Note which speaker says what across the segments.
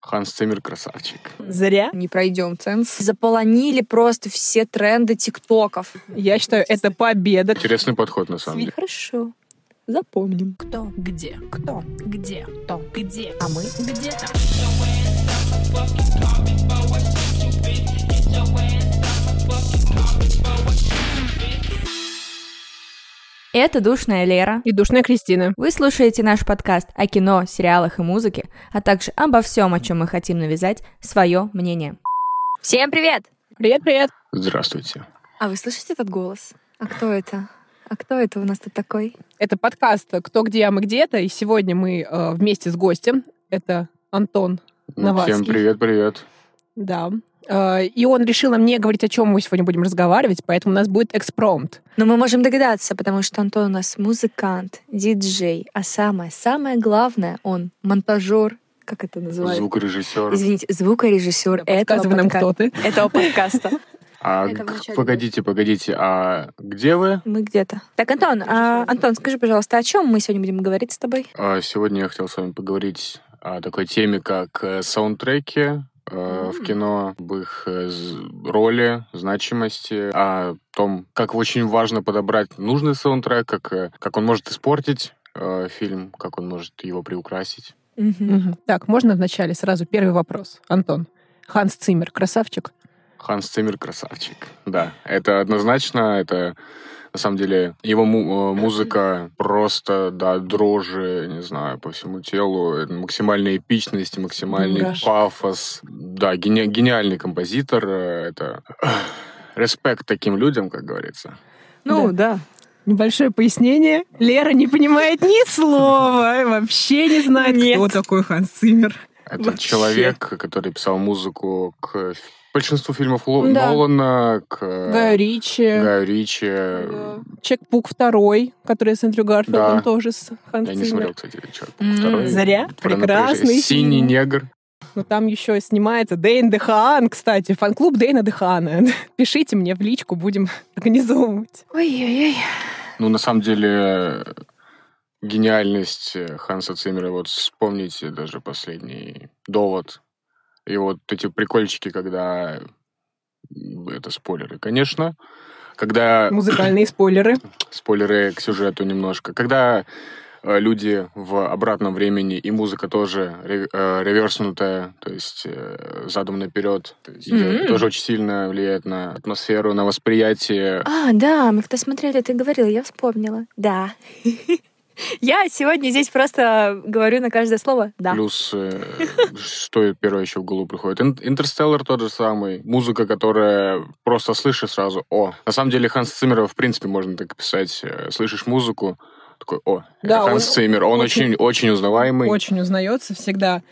Speaker 1: Ханс Циммер красавчик.
Speaker 2: Зря.
Speaker 3: Не пройдем ценз.
Speaker 4: Заполонили просто все тренды тиктоков.
Speaker 2: Я считаю, это победа.
Speaker 1: Интересный подход, на самом деле.
Speaker 3: Хорошо. Запомним.
Speaker 5: Кто? Где? Кто? Где? Кто? Где?
Speaker 3: А мы?
Speaker 5: Где-то.
Speaker 6: Это «Душная Лера».
Speaker 2: И душная Кристина.
Speaker 6: Вы слушаете наш подкаст о кино, сериалах и музыке, а также обо всем, о чем мы хотим навязать свое мнение.
Speaker 4: Всем привет!
Speaker 2: Привет-привет.
Speaker 1: Здравствуйте.
Speaker 4: А вы слышите этот голос? А кто это? А кто это у нас тут такой?
Speaker 2: Это подкаст «Кто, где, а мы где-то». И сегодня мы э, вместе с гостем. Это Антон.
Speaker 1: Ну, Всем
Speaker 2: Навадский.
Speaker 1: привет-привет.
Speaker 2: Да. Э, и он решил нам не говорить, о чем мы сегодня будем разговаривать, поэтому у нас будет экспромт.
Speaker 4: Но Ну, мы можем догадаться, потому что Антон у нас музыкант, диджей, а самое-самое главное, он монтажер, как это называется?
Speaker 1: Звукорежиссер.
Speaker 4: Извините, звукорежиссер этого,
Speaker 2: Подсказывай нам,
Speaker 4: подка-
Speaker 2: кто ты.
Speaker 4: этого подкаста.
Speaker 1: А,
Speaker 4: Это
Speaker 1: к-
Speaker 4: вначале
Speaker 1: погодите, погодите, а где вы?
Speaker 4: Мы где-то. Так, Антон, а, Антон, скажи, пожалуйста, о чем мы сегодня будем говорить с тобой?
Speaker 1: А, сегодня я хотел с вами поговорить о такой теме, как э, саундтреки э, в кино, об их э, з- роли, значимости, о том, как очень важно подобрать нужный саундтрек, как, э, как он может испортить э, фильм, как он может его приукрасить.
Speaker 2: Мгм. Так, можно вначале сразу первый вопрос. Антон. Ханс Циммер, красавчик.
Speaker 1: Ханс Циммер красавчик. Да, это однозначно, это на самом деле его му- э, музыка просто до дрожи, не знаю, по всему телу, Это максимальная эпичность, максимальный
Speaker 2: Мурашки.
Speaker 1: пафос. Да, гени- гениальный композитор, э, это респект таким людям, как говорится.
Speaker 3: Ну, да.
Speaker 2: Небольшое пояснение. Лера не понимает ни слова, вообще не знает, кто такой Ханс Циммер.
Speaker 1: Это
Speaker 2: Вообще.
Speaker 1: человек, который писал музыку к ф- большинству фильмов Ло-
Speaker 2: Да.
Speaker 1: Нолана, к э,
Speaker 2: Гай Ричи,
Speaker 1: Гаю Ричи.
Speaker 2: Чекпук второй, который с Эндрю Гарфилдом
Speaker 1: Да.
Speaker 2: тоже с Ханс
Speaker 1: Я не
Speaker 2: Циммер.
Speaker 1: смотрел, кстати, «Человек-паук
Speaker 4: М,
Speaker 1: второй».
Speaker 2: Зря.
Speaker 1: Про
Speaker 2: Прекрасный
Speaker 1: напряжение. Синий
Speaker 2: фильм.
Speaker 1: негр.
Speaker 2: Но там еще снимается Дэйн Дехаан, кстати, фан-клуб Дэйна Дехаана. Пишите мне в личку, будем организовывать.
Speaker 4: Ой-ой-ой.
Speaker 1: Ну, на самом деле, э, гениальность э, Ханса Циммера, вот вспомните даже последний довод. И вот эти прикольчики, когда... м, Это спойлеры, конечно. Когда...
Speaker 2: Музыкальные спойлеры.
Speaker 1: Спойлеры к сюжету немножко. Когда э, люди в обратном времени, и музыка тоже ре- э, реверснутая, то есть э, задом наперед. То есть, э,
Speaker 4: Мгм.
Speaker 1: Тоже очень сильно влияет на атмосферу, на восприятие.
Speaker 4: А, да, мы когда смотрели, ты говорила, я вспомнила. Да. Я сегодня здесь просто говорю на каждое слово «да».
Speaker 1: Плюс, э, что первое еще в голову приходит? Ин- Интерстеллар тот же самый. Музыка, которая просто слышишь сразу «О». На самом деле Ханс Циммера, в принципе, можно так писать. э, Слышишь музыку, такой «О, это
Speaker 2: Да,
Speaker 1: Ханс
Speaker 2: он
Speaker 1: Циммер». Он
Speaker 2: очень-
Speaker 1: очень, очень узнаваемый.
Speaker 2: Очень узнается всегда.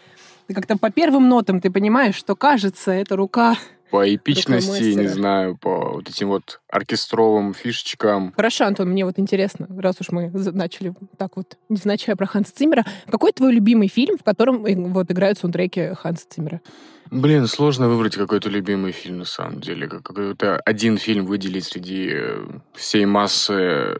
Speaker 2: Ты Как-то по первым нотам ты понимаешь, что кажется, это рука
Speaker 1: По эпичности,
Speaker 2: Такой мастер.
Speaker 1: не знаю, по вот этим вот оркестровым фишечкам.
Speaker 2: Хорошо, Антон, мне вот интересно, раз уж мы за- начали так вот, невзначай про Ханса Циммера, какой твой любимый фильм, в котором э, вот играют саундтреки Ханса Циммера?
Speaker 1: Блин, сложно выбрать какой-то любимый фильм, на самом деле. Как- Какой-то один фильм выделить среди э, всей массы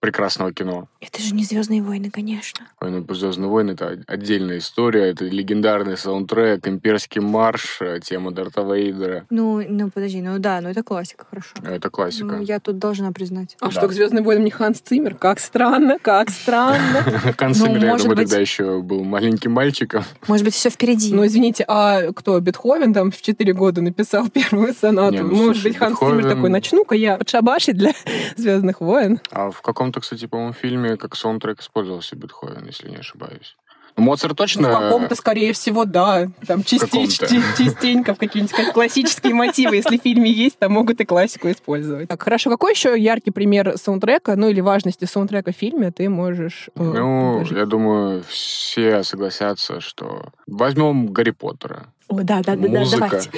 Speaker 1: прекрасного кино.
Speaker 4: Это же не «Звездные войны», конечно.
Speaker 1: «Войны «Звездные войны» — это отдельная история, это легендарный саундтрек, имперский марш, э, тема Дарта Вейдера. Э,
Speaker 4: Ну, ну подожди, ну да, ну это классика, хорошо.
Speaker 1: Это классика.
Speaker 4: Ну, я тут должна признать.
Speaker 2: А
Speaker 1: Да.
Speaker 2: что, к «Звездным войнам» не Ханс Циммер? Как странно, как странно.
Speaker 1: Ханс Циммер, я
Speaker 4: ну, может
Speaker 1: думаю,
Speaker 4: быть-
Speaker 1: тогда еще был а маленьким мальчиком.
Speaker 4: Может быть, все впереди.
Speaker 2: Ну, извините, а кто, Бетховен там в 4 года написал первую сонату?
Speaker 1: Не, ну, слушай,
Speaker 2: Может быть, Ханс
Speaker 1: Бетховен-
Speaker 2: Циммер такой, начну-ка я подшабашить для «Звездных войн».
Speaker 1: А в каком-то, кстати, по-моему, фильме как саундтрек использовался Бетховен, если не ошибаюсь. Ну, Моцарт
Speaker 2: Ну,
Speaker 1: точно...
Speaker 2: В каком-то, скорее всего, да. Там частич,
Speaker 1: каком-то.
Speaker 2: чи- частенько в какие-нибудь как классические мотивы, если в фильме есть, там могут и классику использовать. Так, хорошо. Какой еще яркий пример саундтрека, ну или важности саундтрека в фильме ты можешь... э,
Speaker 1: Ну,
Speaker 2: предложить?
Speaker 1: я думаю, все согласятся, что... Возьмем Гарри Поттера.
Speaker 4: О, да, да, да, да,
Speaker 1: Музыка.
Speaker 4: давайте.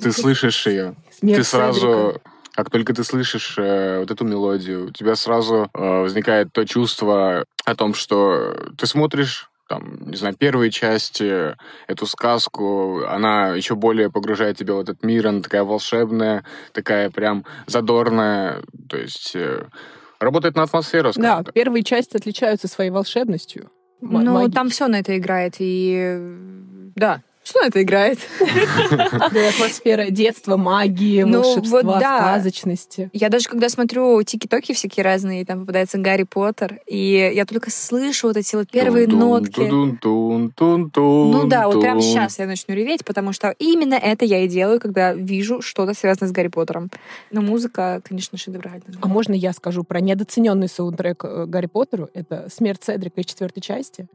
Speaker 1: Ты слышишь ее.
Speaker 2: Смерть
Speaker 1: э, ты
Speaker 2: Седрика.
Speaker 1: сразу, как только ты слышишь э, вот эту мелодию, у тебя сразу э, возникает то чувство о том, что ты смотришь там, не знаю, первые части, эту сказку, она еще более погружает тебя в этот мир, она такая волшебная, такая прям задорная, то есть э, работает на атмосферу, скажем
Speaker 2: Да,
Speaker 1: так.
Speaker 2: первые части отличаются своей волшебностью. м-
Speaker 4: Ну,
Speaker 2: магией.
Speaker 4: там все на это играет, и... э, Да, Что это играет?
Speaker 2: Да, атмосфера детства, магии,
Speaker 4: Ну,
Speaker 2: волшебства,
Speaker 4: вот да.
Speaker 2: сказочности.
Speaker 4: Я даже когда смотрю тики-токи всякие разные, там попадается Гарри Поттер, и я только слышу вот эти вот первые нотки. Ну да, вот прямо сейчас я начну реветь, потому что именно это я и делаю, когда вижу что-то связанное с Гарри Поттером. Но музыка, конечно, шедевральная.
Speaker 2: А можно я скажу про недооцененный саундтрек э, Гарри Поттеру? Это «Смерть Седрика» из четвертой части.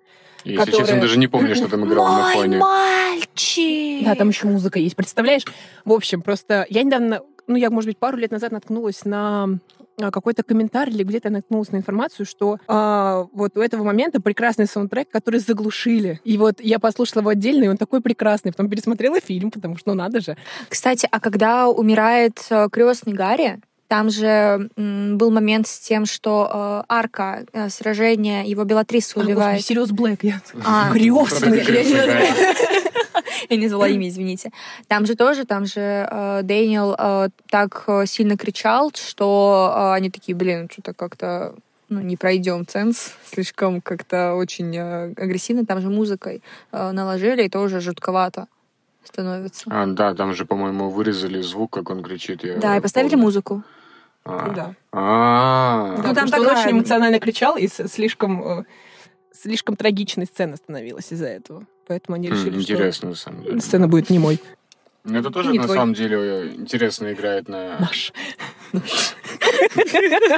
Speaker 1: Если честно,
Speaker 2: которая-
Speaker 1: даже не помню, что там играло на
Speaker 4: Мой
Speaker 1: фоне.
Speaker 4: мальчик!
Speaker 2: Да, там еще музыка есть. Представляешь? В общем, просто я недавно, ну я, может быть, пару лет назад наткнулась на а, какой-то комментарий или где-то я наткнулась на информацию, что а, вот у этого момента прекрасный саундтрек, который заглушили. И вот я послушала его отдельно, и он такой прекрасный. Потом пересмотрела фильм, потому что ну надо же.
Speaker 4: Кстати, а когда умирает крестный Гарри, там же м, был момент с тем, что э, арка э, сражения его Белатриса убивает.
Speaker 2: Серьез Блэк, я
Speaker 4: А,
Speaker 2: крестный.
Speaker 1: Крестный
Speaker 2: Я не знаю.
Speaker 1: Гарри.
Speaker 4: Я не звала имя, извините. Там же тоже, там же э, Дэниел э, так э, сильно кричал, что э, они такие, блин, что-то как-то ну, не пройдем ценз, слишком как-то очень э, агрессивно, там же музыкой э, наложили, и тоже жутковато становится.
Speaker 1: А, да, там же, по-моему, вырезали звук, как он кричит. я
Speaker 4: да, и поставили
Speaker 1: помню.
Speaker 4: музыку.
Speaker 1: А.
Speaker 2: Да.
Speaker 1: А.
Speaker 2: Да,
Speaker 4: Ну, там
Speaker 2: потому что он
Speaker 4: такая-
Speaker 2: очень эмоционально кричал, и с- слишком, э, слишком трагичной сцена становилась из-за этого. Поэтому они
Speaker 1: Хм,
Speaker 2: решили, что
Speaker 1: Интересно, на самом деле.
Speaker 2: сцена будет немой.
Speaker 1: Ну, Это тоже,
Speaker 4: Не
Speaker 1: на
Speaker 4: твой.
Speaker 1: самом деле, э, интересно играет на
Speaker 2: Наш.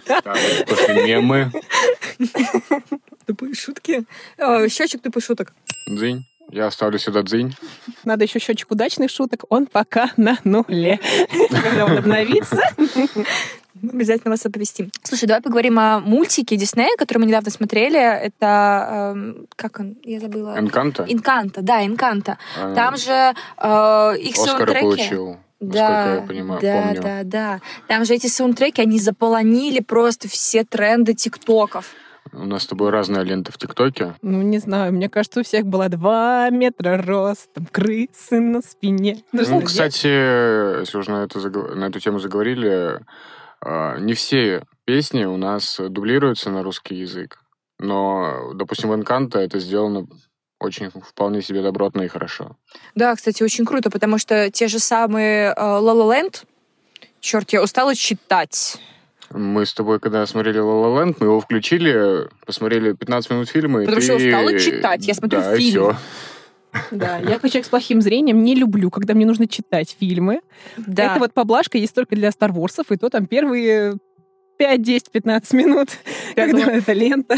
Speaker 1: там, то, что мемы.
Speaker 4: Тупые шутки. Э, Счетчик тупых шуток.
Speaker 1: Дзынь. Я оставлю сюда дзынь.
Speaker 2: Надо еще счетчик удачных шуток. Он пока на нуле. Когда он обновится.
Speaker 4: Обязательно вас оповестим. Слушай, давай поговорим о мультике Диснея, который мы недавно смотрели. Это... эм, как он? Я забыла.
Speaker 1: Энканта?
Speaker 4: Инканта, да, Инканта.
Speaker 1: А,
Speaker 4: Там же э, их
Speaker 1: Оскар
Speaker 4: саундтреки.
Speaker 1: получил, насколько
Speaker 4: Да,
Speaker 1: я понимаю,
Speaker 4: да,
Speaker 1: помню.
Speaker 4: да, да. Там же эти саундтреки, они заполонили просто все тренды тиктоков.
Speaker 1: У нас с тобой разная лента в ТикТоке.
Speaker 2: Ну, не знаю, мне кажется, у всех было два метра ростом, крысы на спине.
Speaker 1: Ну, кстати, если уже на, это заго- на эту тему заговорили, а, не все песни у нас дублируются на русский язык. Но, допустим, в Энканта это сделано очень вполне себе добротно и хорошо.
Speaker 4: Да, кстати, очень круто, потому что те же самые э, La La Land. Черт, я устала читать.
Speaker 1: Мы с тобой, когда смотрели «Ла Ла Ленд», мы его включили, посмотрели 15 минут фильма. и
Speaker 4: Потому что
Speaker 1: ты-
Speaker 4: устала читать, я смотрю
Speaker 1: да, и
Speaker 4: фильм.
Speaker 1: всё.
Speaker 2: Да, я как человек с плохим зрением не люблю, когда мне нужно читать фильмы.
Speaker 4: Да.
Speaker 2: Это вот поблажка есть только для Star Wars'ов, и то там первые 5, 10, 15 минут, когда это лента.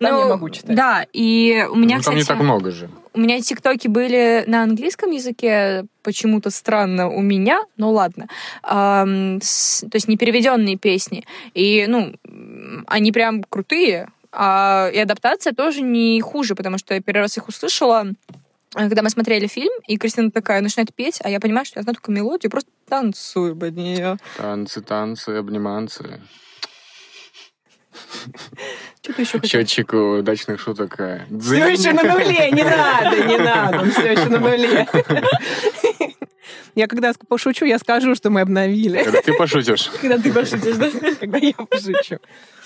Speaker 2: Там я
Speaker 4: Ну,
Speaker 2: могу читать.
Speaker 4: Да, и у меня,
Speaker 1: Ну,
Speaker 4: кстати,
Speaker 1: Там не так много же.
Speaker 4: у меня тиктоки были на английском языке, почему-то странно у меня, но ладно. Ам, с- то есть непереведенные песни. И, ну, м, они прям крутые. А, и адаптация тоже не хуже, потому что я первый раз их услышала, э, когда мы смотрели фильм, и Кристина такая начинает петь, а я понимаю, что я знаю только мелодию, просто танцую под нее.
Speaker 1: Танцы, танцы, обниманцы.
Speaker 4: Что-то еще
Speaker 1: Счетчик удачных шуток. э,
Speaker 2: Все еще на нуле, не надо, не надо, все еще на нуле. Я когда ск- пошучу, я скажу, что мы обновили.
Speaker 1: Это ты пошутишь?
Speaker 2: Когда ты пошутишь, да? Когда я пошучу.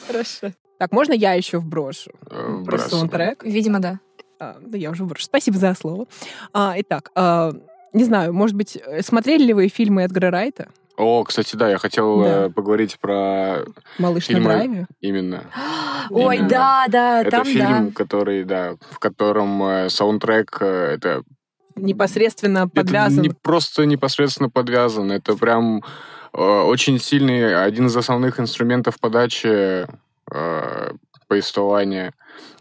Speaker 2: Хорошо. Так, можно я еще вброшу?
Speaker 1: Э,
Speaker 2: Про
Speaker 1: брас.
Speaker 2: саундтрек.
Speaker 4: Видимо, да.
Speaker 2: А, Да я уже вброшу. Спасибо за слово. А, Итак, а, не знаю, может быть, э, смотрели ли вы фильмы Эдгара Райта?
Speaker 1: О, кстати, да, я хотел э, поговорить про
Speaker 2: «Малыш на
Speaker 1: Фильмы.
Speaker 2: драйве»?
Speaker 1: именно.
Speaker 4: Ой,
Speaker 1: Именно.
Speaker 4: да,
Speaker 2: А
Speaker 4: да,
Speaker 1: это
Speaker 4: там,
Speaker 1: фильм,
Speaker 4: да.
Speaker 1: который, да, в котором э, саундтрек э, это,
Speaker 2: Непосредственно
Speaker 1: это
Speaker 2: подвязан.
Speaker 1: не просто непосредственно подвязан, это прям э, очень сильный один из основных инструментов подачи э, повествования,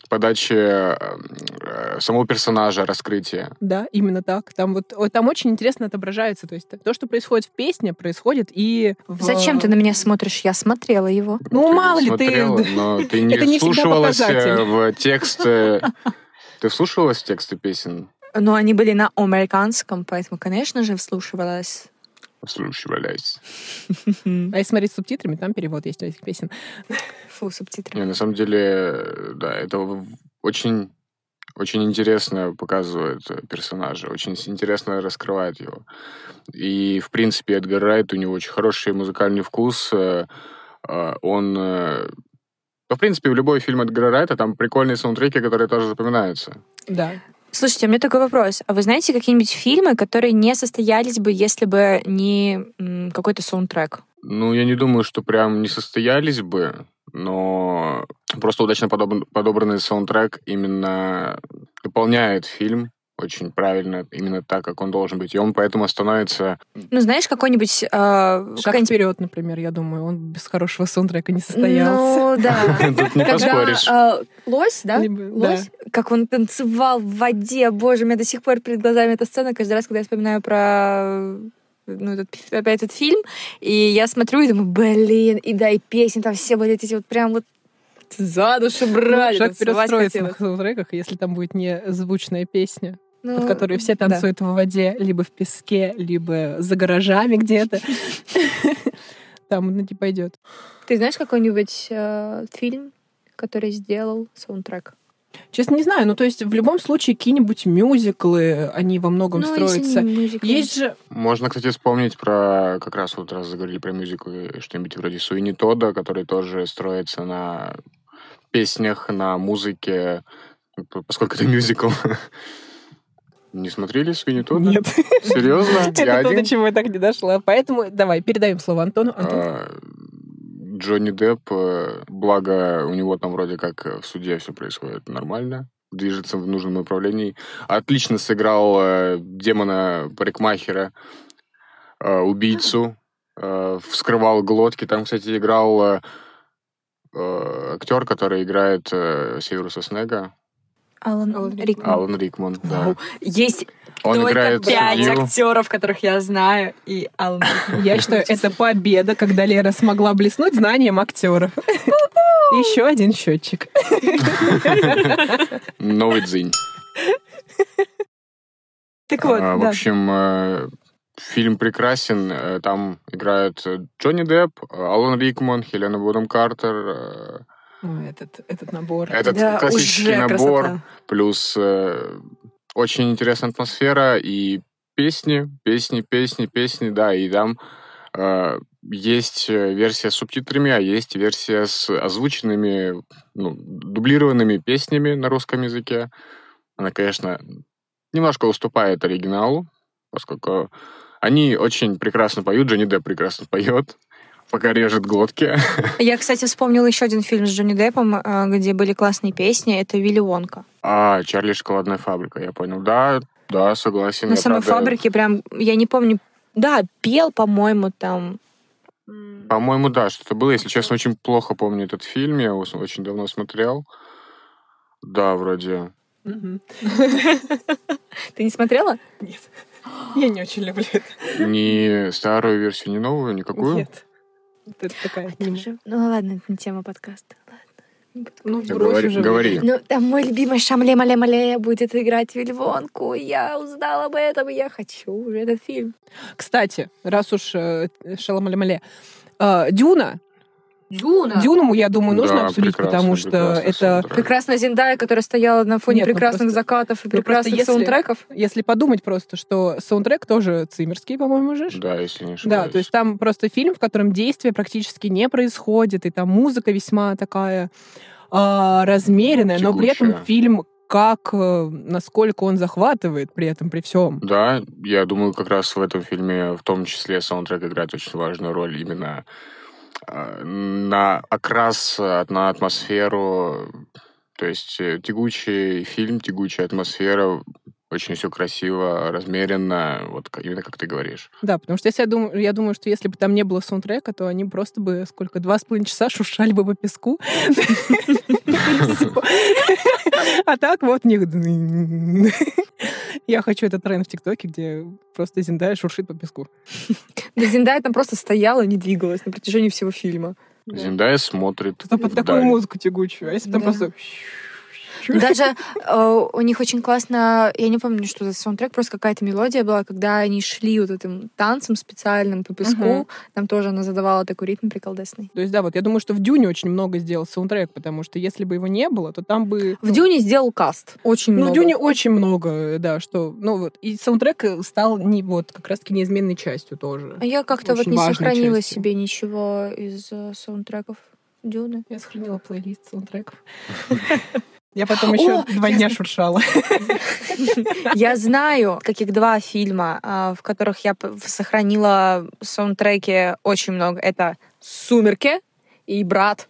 Speaker 1: подачи э, э, самого персонажа, раскрытия.
Speaker 2: Да, именно так. Там вот о, там очень интересно отображается. То есть то, что происходит в песне, происходит и в...
Speaker 4: Зачем ты на меня смотришь? Я смотрела его.
Speaker 2: Ну,
Speaker 1: Ты
Speaker 2: мало ли
Speaker 1: смотрела,
Speaker 2: ты...
Speaker 1: Но ты не
Speaker 2: Это не всегда
Speaker 1: вслушивалась э,
Speaker 2: показатель.
Speaker 1: в текст. э, Ты вслушивалась в тексты песен?
Speaker 4: Но они были на американском, поэтому, конечно же, вслушивалась.
Speaker 1: Вслушивалась.
Speaker 2: А если смотреть с субтитрами, там перевод есть у этих песен.
Speaker 4: Фу, субтитры.
Speaker 1: Не, на самом деле, э, да, это в- очень очень интересно показывает э, персонажа, очень с- интересно раскрывает его. И, в принципе, Эдгар Райт, у него очень хороший музыкальный вкус. э, э, Он, э, ну, в принципе, в любой фильм Эдгара Райта там прикольные саундтреки, которые тоже запоминаются.
Speaker 2: Да.
Speaker 4: Слушайте, у меня такой вопрос. А вы знаете какие-нибудь фильмы, которые не состоялись бы, если бы не м, какой-то саундтрек?
Speaker 1: Ну, я не думаю, что прям не состоялись бы, но просто удачно подобн- подобранный саундтрек именно дополняет фильм очень правильно, именно так, как он должен быть. И он поэтому становится...
Speaker 4: Ну, знаешь, какой-нибудь... э,
Speaker 2: Как
Speaker 4: какая-нибудь-
Speaker 2: вперед, например, я думаю, он без хорошего саундтрека не состоялся.
Speaker 4: Ну, да.
Speaker 1: Тут не
Speaker 4: Когда
Speaker 1: поспоришь.
Speaker 4: э, лось, да?
Speaker 2: Либо- да.
Speaker 4: Лось, как он танцевал в воде, боже, у меня до сих пор перед глазами эта сцена каждый раз, когда я вспоминаю про ну, этот, пи- опять этот фильм, и я смотрю и думаю, блин, и да, и песни там все были эти вот прям вот за душу
Speaker 2: Ну,
Speaker 4: брали.
Speaker 2: Шаг вперед
Speaker 4: танцевать
Speaker 2: строится на
Speaker 4: хотелось.
Speaker 2: саундтреках, если там будет не звучная песня,
Speaker 4: Ну,
Speaker 2: под которую все
Speaker 4: да.
Speaker 2: танцуют в воде, либо в песке, либо за гаражами где-то. Там, ну, не пойдет.
Speaker 4: Ты знаешь какой-нибудь э, фильм, который сделал саундтрек?
Speaker 2: Честно, не знаю. Ну, то есть, в любом случае, какие-нибудь мюзиклы, они во многом
Speaker 4: Ну, если
Speaker 2: строятся.
Speaker 4: не мюзикл.
Speaker 2: Есть же...
Speaker 1: Можно, кстати, вспомнить про... Как раз вот раз заговорили про мюзику, и что-нибудь вроде Суини Тода, который тоже строится на песнях, на музыке, п- поскольку это мюзикл. Не смотрели Суини Тодда? Серьезно? Я
Speaker 2: Это то,
Speaker 1: один?
Speaker 2: до чего я так не дошла. Поэтому давай, передаем слово Антону. Антон,
Speaker 1: А, Джонни Депп, э, благо у него там вроде как э, в суде все происходит нормально, движется в нужном направлении. Отлично сыграл э, демона парикмахера, э, убийцу, э, вскрывал глотки. Там, кстати, играл э, э, актер, который играет э, Северуса Снега,
Speaker 4: Алан,
Speaker 3: Алан Рикман.
Speaker 4: Рикман.
Speaker 1: Алан Рикман. Да.
Speaker 4: Вау. Есть
Speaker 1: Он
Speaker 4: только
Speaker 1: играет
Speaker 4: пять
Speaker 1: судью.
Speaker 4: актеров, которых я знаю, и Алан Рикман.
Speaker 2: я считаю, это победа, когда Лера смогла блеснуть знанием актеров. Еще один счетчик.
Speaker 1: Новый дзинь.
Speaker 4: Так вот,
Speaker 1: А, В
Speaker 4: да.
Speaker 1: общем, э, фильм прекрасен. Э, Там играют э, Джонни Депп, э, Алан Рикман, Хелена Бодом Картер. э,
Speaker 2: Ну, Этот, этот набор.
Speaker 1: Этот
Speaker 4: Да,
Speaker 1: классический
Speaker 4: уже
Speaker 1: набор.
Speaker 4: красота.
Speaker 1: Плюс э, очень интересная атмосфера и песни, песни, песни, песни, да, и там э, есть э, версия с субтитрами, а есть версия с озвученными, ну, дублированными песнями на русском языке. Она, конечно, немножко уступает оригиналу, поскольку они очень прекрасно поют, Джонни Депп прекрасно поет, пока режет глотки.
Speaker 4: Я, кстати, вспомнила еще один фильм с Джонни Деппом, э, где были классные песни. Это Вилли Вонка.
Speaker 1: А, Чарли и шоколадная фабрика, я понял. Да, да, согласен.
Speaker 4: На
Speaker 1: я,
Speaker 4: самой
Speaker 1: правда,
Speaker 4: фабрике прям, я не помню, да, пел, по-моему, там. м,
Speaker 1: По-моему, да, что-то было. Если честно, очень плохо помню этот фильм. Я его с- очень давно смотрел. Да, вроде.
Speaker 2: Мгм.
Speaker 4: Ты не смотрела?
Speaker 2: Нет. Я не очень люблю это.
Speaker 1: Ни старую версию, ни новую, никакую.
Speaker 2: Нет. Вот Это такая... не м-
Speaker 4: Же- Ну ладно, это не тема подкаста.
Speaker 2: Ну,
Speaker 1: Да,
Speaker 2: брось
Speaker 1: говори,
Speaker 2: уже.
Speaker 1: говори.
Speaker 4: Ну, там мой любимый Шамле Мале Мале будет играть Вилли Вонку. Я узнала об этом, и я хочу уже этот фильм.
Speaker 2: Кстати, раз уж э, Шаламале-мале, э, Дюна.
Speaker 4: Дюна.
Speaker 2: Дюну, я думаю, нужно
Speaker 1: Да,
Speaker 2: обсудить,
Speaker 1: прекрасный,
Speaker 2: потому что
Speaker 1: прекрасный
Speaker 2: это...
Speaker 1: саундтрек.
Speaker 4: Прекрасная Зиндая, которая стояла на фоне
Speaker 2: Нет, ну
Speaker 4: прекрасных
Speaker 2: просто-
Speaker 4: закатов и
Speaker 2: просто
Speaker 4: прекрасных
Speaker 2: если-
Speaker 4: саундтреков.
Speaker 2: Если подумать просто, что саундтрек тоже циммерский, по-моему, же.
Speaker 1: Да, если не ошибаюсь.
Speaker 2: Да, то есть там просто фильм, в котором действие практически не происходит, и там музыка весьма такая а, размеренная, но при этом
Speaker 1: Тягучая.
Speaker 2: фильм как, э, насколько он захватывает при этом, при всем.
Speaker 1: Да, я думаю, как раз в этом фильме в том числе саундтрек играет очень важную роль именно э, на окрас, э, на атмосферу. То есть э, тягучий фильм, тягучая атмосфера, очень все красиво, размеренно, вот к- именно как ты говоришь.
Speaker 2: Да, потому что если я думаю, я думаю, что если бы там не было саундтрека, то они просто бы сколько, два с половиной часа шуршали бы по песку. А так вот них... Я хочу этот тренд в ТикТоке, где просто Зиндая шуршит по песку.
Speaker 4: Да, Зиндая там просто стояла, не двигалась на протяжении всего фильма.
Speaker 1: Зиндая смотрит
Speaker 2: Там под такую
Speaker 1: вдаль.
Speaker 2: музыку тягучую. А если бы там
Speaker 4: Да.
Speaker 2: просто...
Speaker 4: Даже э, у них очень классно, я не помню, что за саундтрек, просто какая-то мелодия была, когда они шли вот этим танцем специальным по песку,
Speaker 2: Мгм.
Speaker 4: там тоже она задавала такой ритм приколдесный.
Speaker 2: То есть, да, вот я думаю, что в Дюне очень много сделал саундтрек, потому что если бы его не было, то там бы...
Speaker 4: В Дюне сделал каст. Очень
Speaker 2: Ну,
Speaker 4: много.
Speaker 2: в Дюне очень много, да, что... Ну, вот, и саундтрек э, стал не вот как раз-таки неизменной частью тоже.
Speaker 4: А Я как-то вот
Speaker 2: очень
Speaker 4: не
Speaker 2: важной
Speaker 4: сохранила
Speaker 2: частью.
Speaker 4: себе ничего из э, саундтреков Дюны.
Speaker 2: Я сохранила плейлист саундтреков. Я потом еще
Speaker 4: О,
Speaker 2: два
Speaker 4: я
Speaker 2: дня шуршала.
Speaker 4: Я знаю каких два фильма, а, в которых я п- сохранила саундтреки очень много. Это «Сумерки» и «Брат».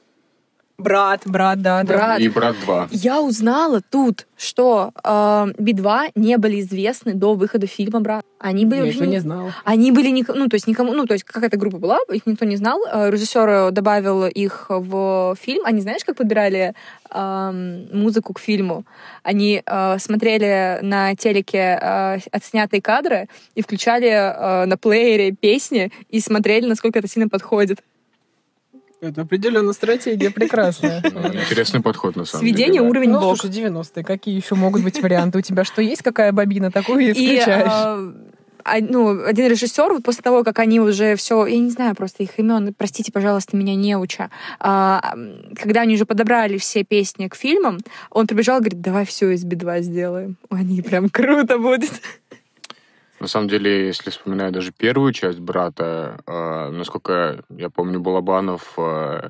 Speaker 2: Брат, брат, да, да.
Speaker 4: «Брат».
Speaker 1: И брат 2.
Speaker 4: Я узнала тут, что э, Би-2 не были известны до выхода фильма «Брат». Они были
Speaker 7: Я
Speaker 4: вообще
Speaker 7: этого
Speaker 4: не-
Speaker 7: не знала.
Speaker 4: Они были, ник- ну, то есть никому, ну, то есть какая-то группа была, их никто не знал. Э, Режиссер добавил их в фильм. Они, знаешь, как подбирали эм, музыку к фильму? Они э, смотрели на телеке э, отснятые кадры и включали э, на плеере песни и смотрели, насколько это сильно подходит.
Speaker 2: Это определенно стратегия прекрасная.
Speaker 1: Интересный подход, на самом
Speaker 4: Сведение
Speaker 1: деле. да.
Speaker 4: уровень
Speaker 2: Ну,
Speaker 4: блок.
Speaker 2: слушай, 90-е, какие еще могут быть варианты? У тебя что, есть какая бобина? Такую и
Speaker 4: И,
Speaker 2: включаешь.
Speaker 4: а, а, ну, один режиссер, вот после того, как они уже все, я не знаю просто их имен, простите, пожалуйста, меня не уча, А, м, когда они уже подобрали все песни к фильмам, он прибежал и говорит, давай все из Би-2 сделаем. Они прям круто будет.
Speaker 1: На самом деле, если вспоминаю даже первую часть брата, э, насколько я помню, Балабанов э,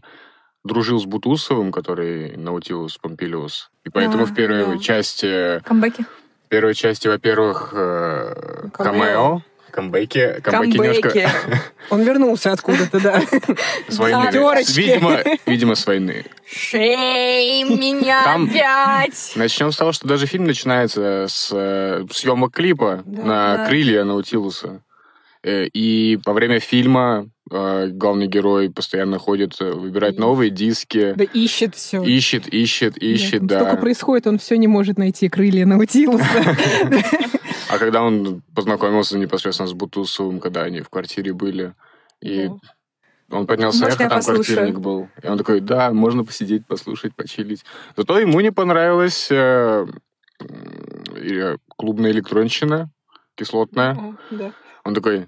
Speaker 1: дружил с Бутусовым, который Наутилус Помпилиус. И поэтому
Speaker 4: А,
Speaker 1: в первой
Speaker 4: да.
Speaker 1: части,
Speaker 4: Камбэки.
Speaker 1: в первой части, во-первых, э, камео,
Speaker 2: Камео.
Speaker 1: камбэки, камбэки немножко
Speaker 2: Он вернулся откуда-то, да.
Speaker 1: с войны.
Speaker 2: Пятерочки.
Speaker 1: Видимо, видимо, с войны.
Speaker 4: Шей меня
Speaker 1: Там-
Speaker 4: опять!
Speaker 1: Начнем с того, что даже фильм начинается с э, съемок клипа на крылья Наутилуса. Э, И во время фильма э, главный герой постоянно ходит, э, выбирает новые диски,
Speaker 2: Да ищет все.
Speaker 1: ищет, ищет, ищет, да.
Speaker 2: Столько происходит, он все не может найти крылья Наутилуса.
Speaker 1: А когда он познакомился непосредственно с Бутусовым, когда они в квартире были, и он поднялся
Speaker 4: Можно
Speaker 1: эхо,
Speaker 4: я
Speaker 1: там
Speaker 4: послушаю?
Speaker 1: квартирник был. И он такой, да, можно посидеть, послушать, почилить. Зато ему не понравилась э, м, э, клубная электронщина, кислотная. Он такой,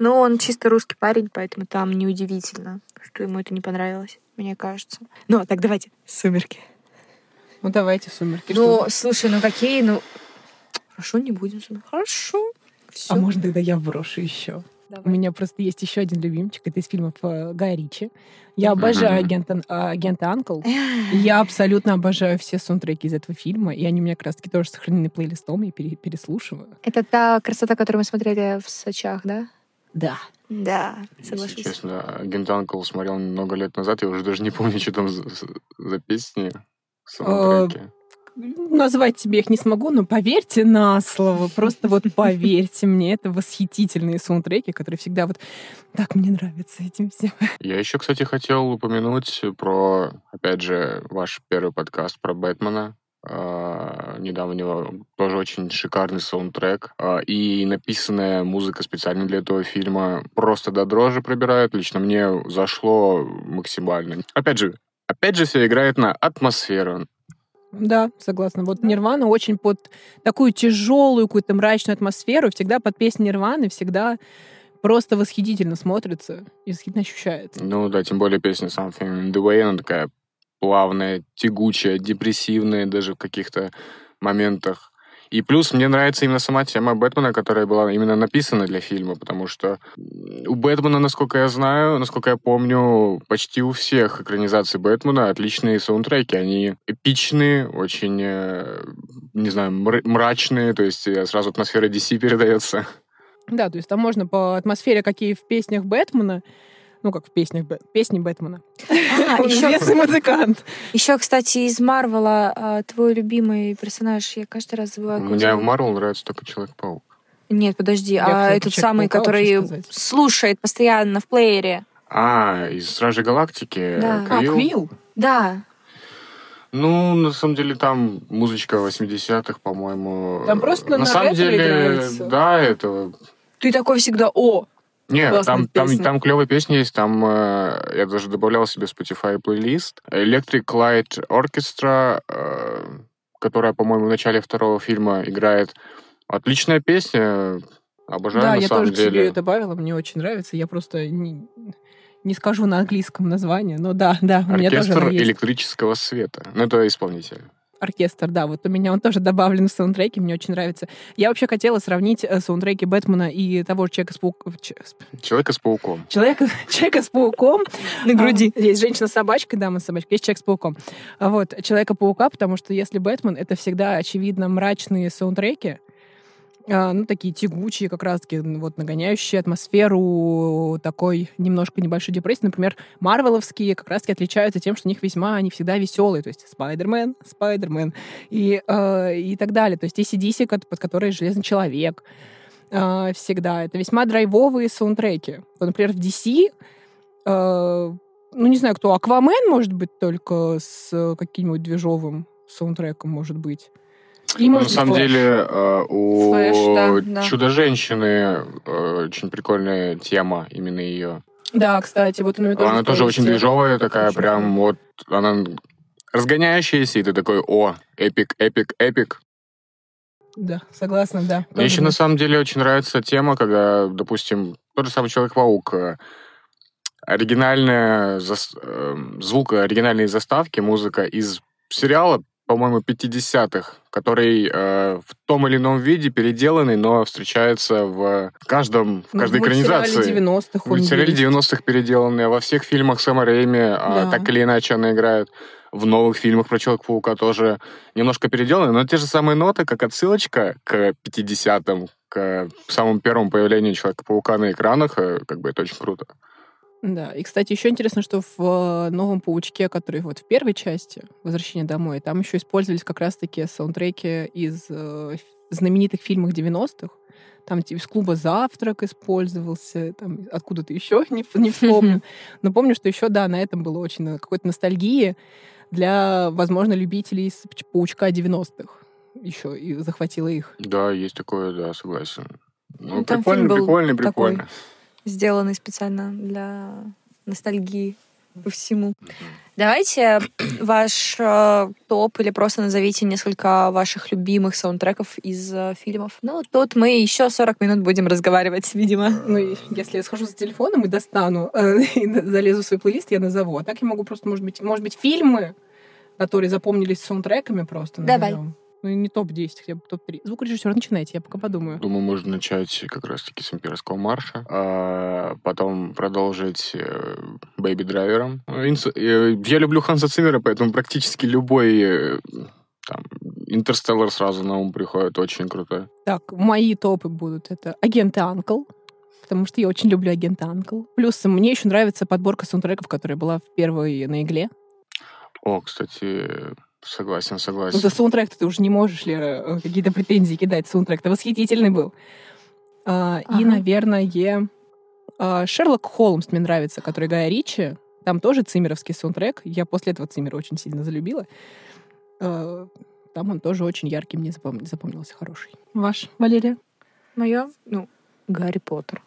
Speaker 4: Ну, он чисто русский парень, поэтому там неудивительно, что ему это не понравилось, мне кажется. Ну, а так давайте. Сумерки.
Speaker 2: Ну, давайте «Сумерки».
Speaker 4: Ну,
Speaker 2: Что-
Speaker 4: слушай, ну какие, ну... Хорошо, не будем. с вами. Хорошо. Все.
Speaker 2: А можно тогда я брошу еще? У меня просто есть еще один любимчик. Это из фильмов э, Гая Ричи. Я обожаю
Speaker 1: Мгм.
Speaker 2: агента, а, агента Анкл. И Я абсолютно обожаю все саундтреки из этого фильма. И они у меня как раз-таки тоже сохранены плейлистом. Я пере- переслушиваю.
Speaker 4: Это та красота, которую мы смотрели в Сочах, да?
Speaker 2: Да.
Speaker 4: Да,
Speaker 1: если честно, агент Анкл смотрел много лет назад, я уже даже не помню, что там за, за песни,
Speaker 4: Э,
Speaker 1: саундтреки.
Speaker 2: Назвать тебе их не смогу, но поверьте на слово. Просто вот поверьте мне. Это восхитительные саундтреки, которые всегда вот так мне нравятся этим всем.
Speaker 1: Я еще, кстати, хотел упомянуть про, опять же, ваш первый подкаст про Бэтмена. А, недавнего тоже очень шикарный саундтрек А, и написанная музыка специально для этого фильма просто до дрожи пробирает лично мне зашло максимально опять же опять же все играет на атмосферу
Speaker 2: Да, согласна. Вот Нирвана очень под такую тяжелую какую-то мрачную атмосферу, всегда под песни Нирваны, всегда просто восхитительно смотрится и восхитительно ощущается.
Speaker 1: ну да тем более песня Something in the Way она такая плавная тягучая депрессивная даже в каких-то моментах. И плюс мне нравится именно сама тема Бэтмена, которая была именно написана для фильма, потому что м, у Бэтмена, насколько я знаю, насколько я помню, почти у всех экранизаций Бэтмена отличные саундтреки. Они эпичные, очень, э, не знаю, мр- мрачные, то есть э, сразу атмосфера DC передается.
Speaker 2: Да, то есть там можно по атмосфере, какие в песнях Бэтмена, ну как в песнях Бэт- песни Бэтмена.
Speaker 1: А,
Speaker 2: Он известный музыкант.
Speaker 4: еще, А, кстати, из Марвела а, твой любимый персонаж, я каждый раз забываю. как его
Speaker 1: Мне в
Speaker 4: зовут.
Speaker 1: Марвел нравится только Человек-паук.
Speaker 4: Нет, подожди,
Speaker 2: Я
Speaker 4: а
Speaker 2: хотела
Speaker 4: этот
Speaker 2: про
Speaker 4: самый,
Speaker 2: Человека-паука вообще
Speaker 4: который
Speaker 2: сказать.
Speaker 4: слушает постоянно в плеере.
Speaker 1: А, из Стражи Галактики.
Speaker 4: Да.
Speaker 2: А,
Speaker 1: Квилл.
Speaker 2: Квилл?
Speaker 4: Да.
Speaker 1: Ну, на самом деле, там музычка 80-х, по-моему.
Speaker 2: Там просто
Speaker 1: на,
Speaker 2: на
Speaker 1: самом
Speaker 2: ретро
Speaker 1: деле,
Speaker 2: играется.
Speaker 1: да, это...
Speaker 4: Ты такой всегда, о,
Speaker 1: Не,
Speaker 4: Классная
Speaker 1: там, там,
Speaker 4: песня.
Speaker 1: там клевые песни есть, там э, я даже добавлял себе Spotify плейлист. Electric Light Orchestra, э, которая, по-моему, в начале второго фильма играет. Отличная песня, обожаю
Speaker 2: Да,
Speaker 1: на
Speaker 2: я
Speaker 1: самом
Speaker 2: тоже к себе
Speaker 1: деле.
Speaker 2: ее добавила, мне очень нравится. Я просто не, не скажу на английском название, но да, да, у меня тоже
Speaker 1: Оркестр
Speaker 2: она есть.
Speaker 1: электрического света. Ну, это исполнитель.
Speaker 2: оркестр, да, вот у меня он тоже добавлен в саундтреки, мне очень нравится. Я вообще хотела сравнить э, саундтреки Бэтмена и того же Человека с пауком.
Speaker 1: Человека с пауком.
Speaker 2: Человека, человека с пауком.
Speaker 4: На груди.
Speaker 2: А, есть женщина с собачкой, дама с собачкой, есть человек с пауком. А вот, Человека-паука, потому что если Бэтмен, это всегда, очевидно, мрачные саундтреки, а, ну, такие тягучие, как раз-таки, ну, вот, нагоняющие атмосферу такой немножко небольшой депрессии. Например, марвеловские как раз-таки отличаются тем, что у них весьма, они всегда веселые, то есть Спайдермен, Спайдермен и, э, и так далее. То есть ACDC, кот- под которые Железный Человек э, всегда. Это весьма драйвовые саундтреки. Вот, например, в DC э, ну, не знаю, кто, Аквамен, может быть, только с э, каким-нибудь движовым саундтреком, может быть. И,
Speaker 1: Ну, на
Speaker 2: может быть,
Speaker 1: самом
Speaker 2: Флэш.
Speaker 1: деле, э, у
Speaker 4: Флэш, да, да.
Speaker 1: Чудо-женщины э, очень прикольная тема именно ее.
Speaker 2: Да, кстати, вот у меня тоже...
Speaker 1: она тоже
Speaker 2: такая
Speaker 1: очень
Speaker 2: есть.
Speaker 1: движовая, такая
Speaker 2: Очень
Speaker 1: прям вот она разгоняющаяся, и ты такой, о, эпик, эпик, эпик.
Speaker 2: Да, согласна, да.
Speaker 1: Мне еще
Speaker 2: Тоже
Speaker 1: на самом деле очень нравится тема, когда, допустим, тот же самый Человек-паук, э, оригинальная зас- эм, звук оригинальной заставки, музыка из сериала, по-моему, 50-х, который э, в том или ином виде переделанный, но встречается в каждом, в
Speaker 2: Ну,
Speaker 1: каждой
Speaker 2: в мультсериале
Speaker 1: экранизации.
Speaker 2: 90-х он
Speaker 1: В сериале
Speaker 2: есть.
Speaker 1: 90-х переделанные, во всех фильмах Сэма Рэйми а,
Speaker 2: Да.
Speaker 1: так или иначе она играет. В новых фильмах про Человека-паука тоже немножко переделаны, но те же самые ноты, как отсылочка к 50-м, к самому первому появлению Человека-паука на экранах, э, как бы это очень круто.
Speaker 2: Да, и, кстати, еще интересно, что в э, «Новом паучке», который вот в первой части «Возвращение домой», там еще использовались как раз-таки саундтреки из э, ф- знаменитых фильмов 90-х. Там типа, из клуба «Завтрак» использовался, там откуда-то еще, не, не вспомню. Но помню, что еще, да, на этом было очень э, какой-то ностальгии для, возможно, любителей с- пч- «Паучка» 90-х. Еще и захватило их.
Speaker 1: Да, есть такое, да, согласен. Ну,
Speaker 4: Ну, там
Speaker 1: прикольно,
Speaker 4: фильм был
Speaker 1: прикольно,
Speaker 4: такой.
Speaker 1: прикольно.
Speaker 4: сделанный специально для ностальгии по всему. Давайте ваш э, топ или просто назовите несколько ваших любимых саундтреков из э, фильмов. Ну, тут мы еще 40 минут будем разговаривать, видимо.
Speaker 2: Ну, и если я схожу за телефоном и достану, э, и на- залезу в свой плейлист, я назову. А так я могу просто, может быть, может быть, фильмы, которые запомнились саундтреками просто.
Speaker 4: Давай.
Speaker 2: назовем. Ну, и не топ-10, хотя бы топ-3. Звукорежиссер, начинайте, я пока подумаю.
Speaker 1: Думаю, можно начать как раз-таки с имперского марша, а потом продолжить э, бэйби-драйвером. Э, инс- э, Я люблю Ханса Циммера, поэтому практически любой э, там, интерстеллар сразу на ум приходит, очень круто.
Speaker 2: Так, мои топы будут. Это «Агент и Анкл», потому что я очень люблю «Агента Анкл». Плюс мне еще нравится подборка саундтреков, которая была в первой на «Игле».
Speaker 1: О, кстати, согласен,
Speaker 2: Ну, за
Speaker 1: согласен.
Speaker 2: саундтрек ты уже не можешь, Лера, э, какие-то претензии кидать. Саундтрек-то восхитительный был. А, И,
Speaker 4: Ага.
Speaker 2: наверное, а, Шерлок Холмс мне нравится, который Гая Ричи. Там тоже циммеровский саундтрек. Я после этого Циммера очень сильно залюбила. А, Там он тоже очень яркий, мне запом- запомнился, хороший. Ваш, Валерия?
Speaker 4: Мое? Ну, Гарри Поттер.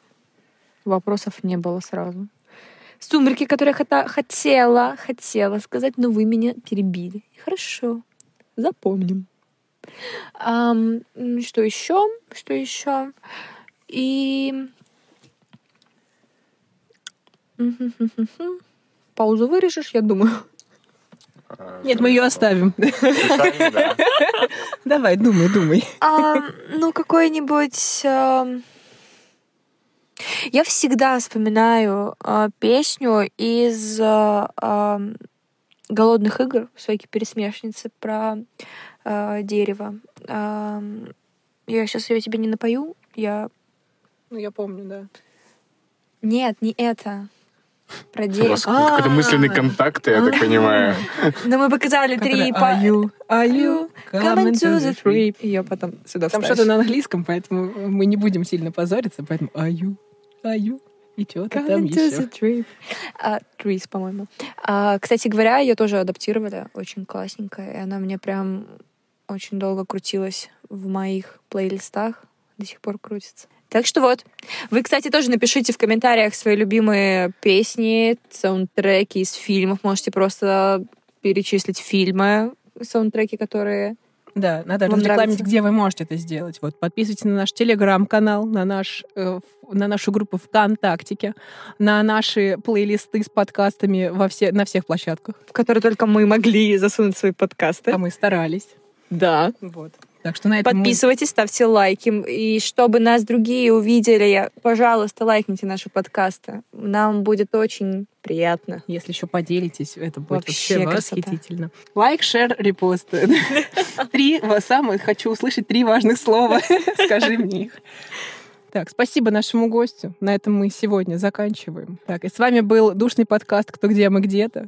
Speaker 4: Вопросов не было сразу. Сумерки, которые хота- хотела, хотела сказать, но вы меня перебили. Хорошо.
Speaker 3: Запомним.
Speaker 4: Ам, м, что еще? Что еще? И Мгм-хм-хм-хм. паузу вырежешь, я думаю.
Speaker 2: Нет, мы ее оставим. Давай, думай, думай.
Speaker 4: А, ну, какой-нибудь... ам, Я всегда вспоминаю а, песню из а, ам, «Голодных игр» своей пересмешницы про а, дерево. Ам, я сейчас ее тебе не напою. Я...
Speaker 2: Ну, я помню, да.
Speaker 4: Нет, не это. Про
Speaker 1: У
Speaker 4: дерево.
Speaker 1: вас какой-то мысленный контакт, я так понимаю.
Speaker 4: Но Ну, мы показали три... по- Coming to the tree. Ее потом сюда
Speaker 2: Там
Speaker 4: вставишь.
Speaker 2: что-то на английском, поэтому мы не будем сильно позориться, поэтому аю, аю и что-то там
Speaker 4: Coming to
Speaker 2: еще.
Speaker 4: the tree. А, trees, по-моему. А, кстати говоря, ее тоже адаптировали очень классненько, и она мне прям очень долго крутилась в моих плейлистах, до сих пор крутится. Так что вот. Вы, кстати, тоже напишите в комментариях свои любимые песни, саундтреки из фильмов. Можете просто перечислить фильмы, саундтреки, которые
Speaker 2: Да, надо
Speaker 4: Вам
Speaker 2: разрекламить,
Speaker 4: нравится?
Speaker 2: где вы можете это сделать. Вот подписывайтесь на наш телеграм-канал, на, наш, э, в- на нашу группу ВКонтактике, на наши плейлисты с подкастами во все, на всех площадках.
Speaker 4: в который только мы могли засунуть свои
Speaker 2: А
Speaker 4: подкасты.
Speaker 2: мы старались.
Speaker 4: Да.
Speaker 2: Вот. Так что на этом мы-
Speaker 4: Подписывайтесь, ставьте лайки. И чтобы нас другие увидели, пожалуйста, лайкните наши подкасты. Нам будет очень приятно.
Speaker 2: Если еще поделитесь, это будет вообще,
Speaker 4: Вообще красота.
Speaker 2: восхитительно. Лайк, шер, репост. Три ва- самых хочу услышать три важных слова. Скажи мне их. Так, спасибо нашему гостю. На этом мы сегодня заканчиваем. Так, и с вами был душный подкаст «Кто где мы где-то».